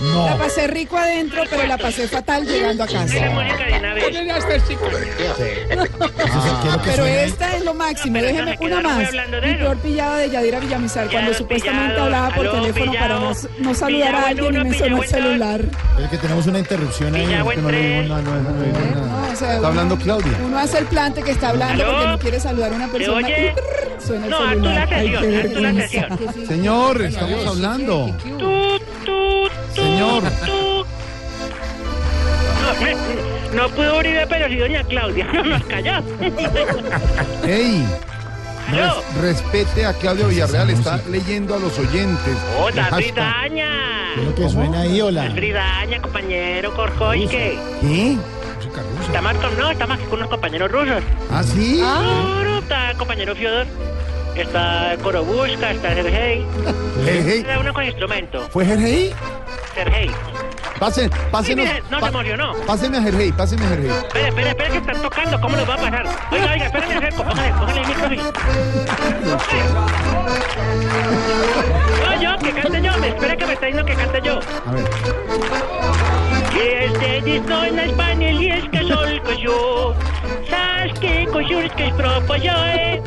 La pasé rico adentro, pero la pasé fatal llegando a Dile, casa. Mónica, de una vez. Ponele hasta el chico. Ah, Pero esta es lo máximo. Pero Déjeme déjame que una no voy más. hablando de Mi eso. peor pillada de Yadira Villamizar, cuando Pillado, supuestamente pillado, hablaba por aló, teléfono para no, pillado, no saludar pillado a en alguien y uno, me sonó el pillado en celular. Es que tenemos una interrupción ahí. Pillado es que no entre- leímos nada, no leímos nada, no leímos nada. No, o sea, Está hablando uno- Claudia. Uno hace el plante que está hablando ¿Aló? porque no quiere saludar a una persona. oye? y Suena el No, haz tú la celular. Ay, sesión, qué haz tú la vergüenza. Señor, estamos hablando. Tú, tú, tú, Señor. tú. No, no pudo Uribe, pero sí doña Claudia. Nos calló. Ey, Aló. res- respete a Claudia Villarreal. Está leyendo a los oyentes. Oh, El hashtag. Fridaña. Lo que suena ahí, hola. Fridaña, compañero Corcoy, que ¿Qué? está más con, no, está más que con unos compañeros rusos. ¿Ah, sí? Claro, está compañero Fiodor, está Korobusca, está Sergei, Jerjei. está uno con instrumento, ¿Fue Jerjei? Sergei. Pásen, Sí, pásenos. mire, no se pa- emocionó. Pásenme a Jerjei, pásenme a Jerjei. Espera, espera, espera que están tocando, ¿cómo les va a pasar? Oiga, oiga, espérenme cerco, póngale, póngale el micrófono. No, yo, que cante yo, me espera que me está diciendo que cante yo. A ver. Este disco en español y es que sol coyo. Sabes que coyur que es propo yo, eh.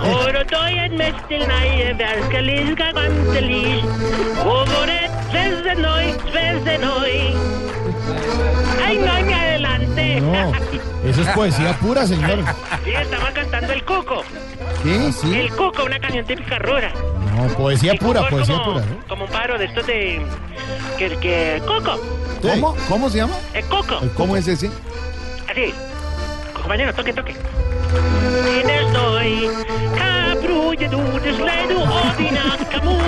Joro doy en mestil naie, veas que lis gagante lis. Oboret, ves de noi, ves de noi. Ay, no, me adelante. eso es poesía pura, señor. Sí, estaba cantando el cuco. ¿Qué? Sí. El cuco, una canción típica rusa. No, poesía El cuco es como, Como un paro de estos de. Que, que, coco, ¿Cómo? ¿Cómo se llama? el coco. ¿Cómo es ese? Así. Compañero, toque, toque. En estoy, caprulle du desledu odinas camu,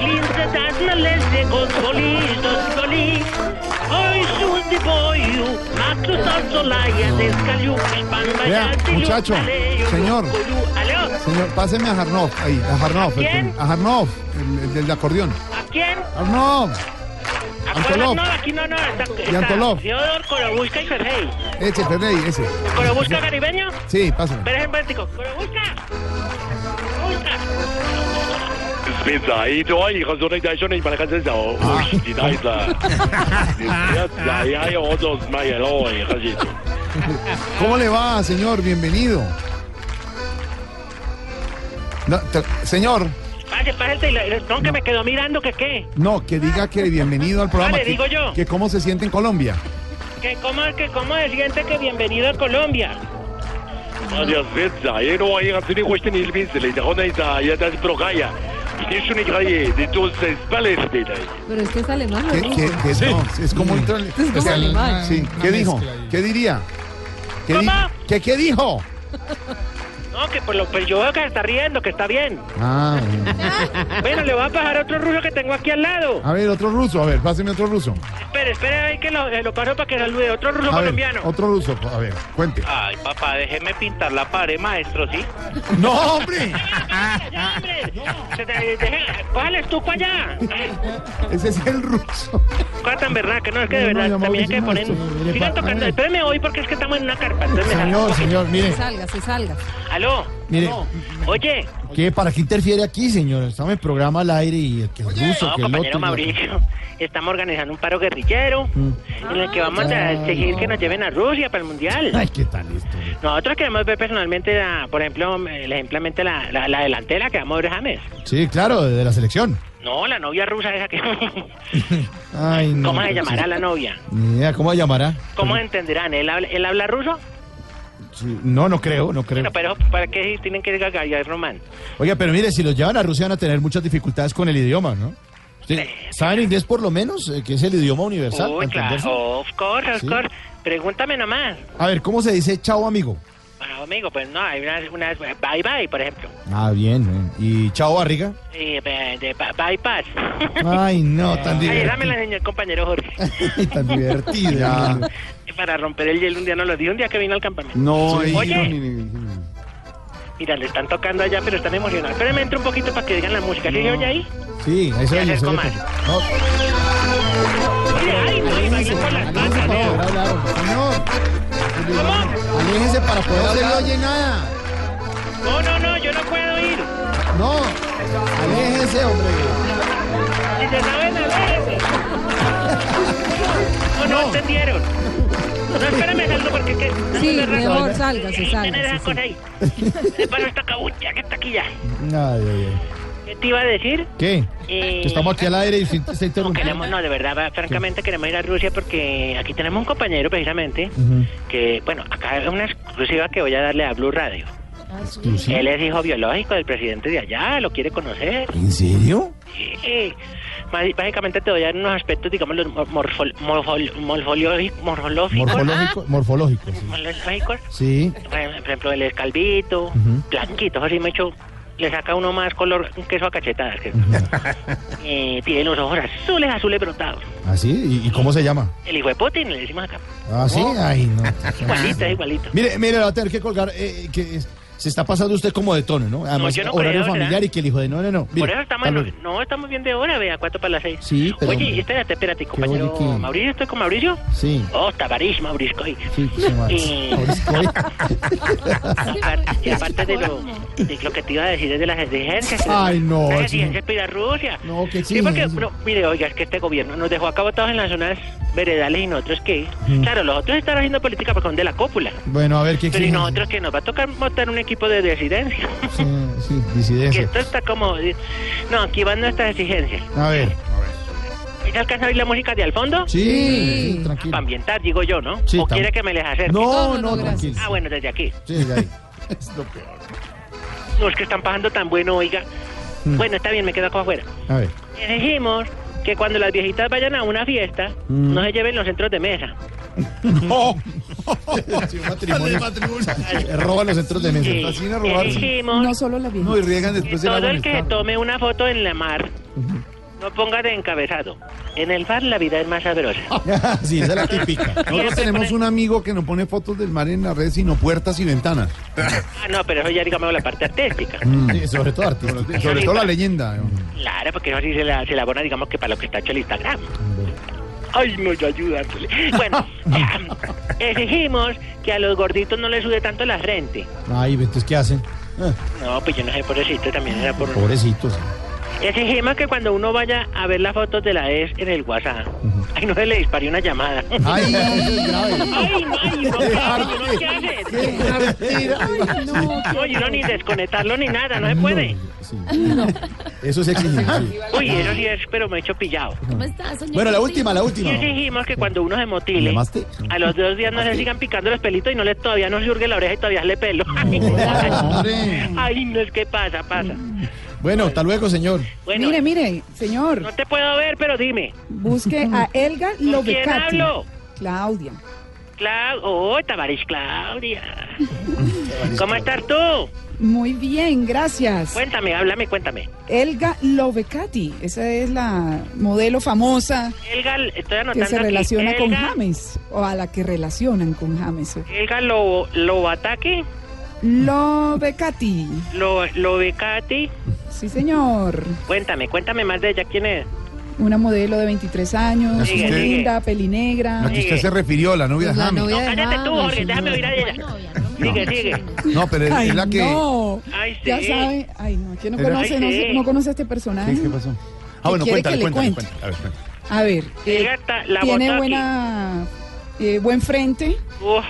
lince das nales de consolis dos golis, hoy sus de boyu, matus solaya descaliu, pan Vea, bayas, muchacho, señor. Aló, Señor, páseme a Jarnov, ahí, a Jarnov. el que- ¿Quién? a Jarnov, el, el del acordeón. ¿a quién? Jarnov, Acuérdate, Antolov. No, aquí no, no, está, está Antolov. Fiodor, Corobusca y Sergei. ese, Ferrey, ese. Corobusca caribeño, Sí, pásame. pero es en Báltico. Corobusca. Corobusca. ¿Cómo le va, señor? Bienvenido. No, te- señor, Pase, pase, y la- el tronco que me quedó mirando que qué, no, que diga que bienvenido al programa. Ah, le que- digo yo. Que cómo se siente en Colombia. que cómo, que cómo se siente que bienvenido a Colombia. Pero es que es alemán, Que- ¿no? que- que no, es como un tra- como o sea, alemán. Sí, ¿qué dijo? ¿Qué diría? ¿Qué, di- ¿Cómo? ¿Qué, qué dijo? No, que por lo pues yo veo que se está riendo, que está bien. Ah, bueno. Bueno, le voy a pasar otro ruso que tengo aquí al lado. a ver, otro ruso, a ver, páseme otro ruso. Espere, espere ahí que lo, eh, lo paso para que salude. Otro ruso A ver, colombiano. Ah. otro ruso, a ver, cuente. Ay, papá, déjeme pintar la pared, maestro, ¿sí? ¡No, hombre! Ah, ¡Ya, hombre! Se te- deje- ¡Cójales tú para allá! Ese es el ruso. Cosa tan verdad, que no, es que de No, no, verdad, llamó también hay que original, poner... sí, mire, Sigan pa- tocando, a ver. espérenme hoy porque es que estamos en una carpa. entonces me la- señor, Se mire, salga, se salga. Aló, mire, oye... ¿qué, ¿para qué interfiere aquí, señor? Estamos en programa al aire y el que el ruso, No, que el compañero otro. Mm. Mauricio, estamos organizando un paro guerrillero en el que vamos a exigir que nos lleven a Rusia para el Mundial. Ah. Ay, qué tal esto. Nosotros queremos ver personalmente, la- por ejemplo, eh, ejemplamente la, la, la delantera que vamos a ver James. Sí, claro, de la selección. No, la novia rusa esa que... Ay, no. Mm. ¿Cómo se llamará la novia? Ni idea, ¿cómo se llamará? ¿Cómo entenderán? ¿Él habla, él habla ruso? Sí, No, no creo, no creo. Bueno, pues- pero ¿para qué tienen que ir a Gallar Román? Oiga, pero mire, si los llevan a Rusia van a tener muchas dificultades con el idioma, ¿no? Sí, ¿Saben inglés por lo menos? eh, que es el idioma universal. para Uy, entenderse? claro, of course, of Sí. course. Pregúntame nomás. A ver, ¿cómo se dice chao, amigo? Bueno, amigo, pues no, hay unas, unas... Bye, bye, por ejemplo. Ah, bien, bien. ¿Y Chao Barriga? Eh, de, de ba- bypass. Ay, no, tan Ay, divertido. dámela, señor compañero Jorge. Ay, tan divertido. Para romper el hielo un día no lo di, un día que vino al campamento. No, Sí. eso Oye. ni- ni- ni- Mira, le están tocando allá, pero están emocionados. Espérame, entro un poquito para que digan la música. ¿Sí se oye ahí? Sí, ahí se Ya oye, se acercó oye. más. No, Oye, ay, no, y bailan pues, con las aléjense patas, para ¿no? poder hablar, hombre. ¿Cómo? Señor, aléjense para poder No se hablar. le oye nada. No, no, no, yo no puedo ir. No, aléjense, hombre. Si se saben, aléjense. No, no entendieron. No, espérame, salgo porque es que... Sí, no me mejor arranco. sálgase, Tener sálgase. esa sí. cosa ahí. Pero esta cabucha que está aquí ya. Ay, ay, ay. ¿Qué te iba a decir? ¿Qué? Eh, Que estamos aquí al aire y se inter- se no, interrumpe. queremos, no, de verdad, va, francamente queremos ir a Rusia porque aquí tenemos un compañero precisamente que, bueno, acá es una exclusiva que voy a darle a Blue Radio. Exclusivo. Él es hijo biológico del presidente de allá, lo quiere conocer. ¿En serio? Sí. Bá- Básicamente te voy a dar unos aspectos, digamos, los mor- morfol- morfol- morfolio- morfológicos. Morfológico, morfológico. sí. morfológicos. Sí. Por por ejemplo, él es calvito, blanquito, así me hecho, le saca uno más color un queso a cachetadas. que- Eh, tiene los ojos azules, azules brotados. ¿Así? ¿Y, y cómo se llama? El hijo de Putin, le decimos acá. Ah, sí. Ay, no. Igualito, es igualito. Mire, mire, la va a tener que colgar. eh, que es- se está pasando usted como de tono, ¿no? Además, yo no horario creo, familiar ¿verdad? y que el hijo de. No, no, no. Mire, Por eso estamos, hasta en- luego. no, estamos bien de hora, vea, cuatro para las seis. Sí, pero- Oye, espérate, espérate, compañero. bonito que- Mauricio, ¿estoy con Mauricio? Sí. Oh, Tabarís, Mauricio. ay. Sí, sí, ma- Eh. Pobrecito. Aparte, y aparte de, lo, de lo que te iba a decir es de las exigencias. Ay, no, Las Ah, sí. exigencias para ir a Rusia. No, qué Sí, porque, exigencias. no, mire, oiga, es que este gobierno nos dejó acabotados en las zonas veredales y nosotros que... Mm. Claro, los otros están haciendo política porque son de la cópula. Bueno, a ver qué Pero y exigen? nosotros que nos va a tocar montar un equipo de desidencia. Sí, sí, que disidencia. esto está como... No, aquí van nuestras exigencias. A ver. ¿Ya alcanza a oír la música de al fondo? Sí, Sí. sí, Para tranquilo. ambientar, digo yo, ¿no? Sí, ¿O tam- quiere que me les acerque? No, No, no, no, tranquilo. Ah, bueno, desde aquí. Sí, de ahí. No, es que están pasando tan bueno, oiga. Mm. Bueno, está bien, me quedo acá afuera. A ver. Exigimos que cuando las viejitas vayan a una fiesta, no se lleven los centros de mesa. Sí, un matrimonio. Se roban los centros de mesa. Sí. fascina robarse. Exigimos No solo la vieja. No, y riegan que después el todo agua en el que se carro. tome una foto en la mar no ponga de encabezado. En el bar la vida es más sabrosa. sí, esa es la típica. Siempre Nosotros tenemos pone- un amigo que no pone fotos del mar en la red, sino puertas y ventanas. Ah, no, pero eso ya digamos la parte artística. Sí, Mm. sobre todo artística. Sobre todo la leyenda. Claro, porque eso sí se la, se la abona, digamos que para lo que está hecho el Instagram. Ay, no, yo ayuda. Bueno, eh, exigimos que a los gorditos no les sube tanto la frente. Ay, entonces, ¿qué hacen? Ah, No, pues yo no sé, pobrecito, también era por... pobrecitos. Exigimos que cuando uno vaya a ver las fotos de la ex en el WhatsApp, ay, no se le dispare una llamada. Ay, eso es grave. Ay, no, ay, no, ay, no, ¿qué haces? No, yo no, ni desconectarlo ni nada, no se puede. Sí. Eso es exigir. sí. Uy, eso sí es, pero me he hecho pillado. Bueno, la última, la última. Y exigimos que cuando uno se motile, ¿Llamaste? a los dos días no se sigan picando los pelitos y no le todavía no se hurgue la oreja y todavía se le pelo. Hombre. Ay, no es que pasa, pasa. Bueno, hasta luego, señor. Bueno, Mire, mire, señor, no te puedo ver, pero dime. busque a Elga quién Lobecati. hablo? Claudia. Clau oh, Tavares Claudia. ¿Cómo estás tú? Muy bien, gracias. Cuéntame, háblame, cuéntame. Elga Lobecati, esa es la modelo famosa Elga, estoy anotando que se aquí. relaciona con Elga- James, o a la que relacionan con James. Elga lo, lo ataque, Lobecati, lo, lo becati. sí señor. Cuéntame, cuéntame más de ella, ¿quién es? Una modelo de 23 años, Sigue, sigue. linda, pelinegra. La que usted se refirió, la novia de La James. novia de Cállate tú, James, Jorge, señor. déjame oír a ella. Novia, no me Sigue, digas. sigue. No, pero es, Ay, es la que. no. Ay, sí. Ya sabe, ay no, que no Era- conoce, no, Ay, se- sí. no conoce a este personaje. ¿Qué, qué pasó? ¿Qué Ah, bueno, quiere cuéntale, que le cuéntale, cuente? cuéntale. A ver, cuéntale. A ver, eh, Elga ta- la tiene botó buena, eh, buen frente, aquí. Uf.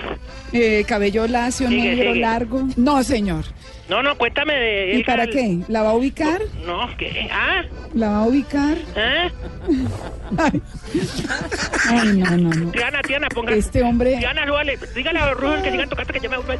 eh, cabello lacio, Sigue, negro, sigue. largo. No, señor. No, no, cuéntame de ¿Y Elga. para qué? ¿La va a ubicar? No, ¿qué? ¿Ah? ¿La va a ubicar? ¿Ah? Ay, no, no, no. Diana, Diana, ponga. Este hombre, Diana, súbale. Dígale a los rusos que sigan tocando que yo me voy.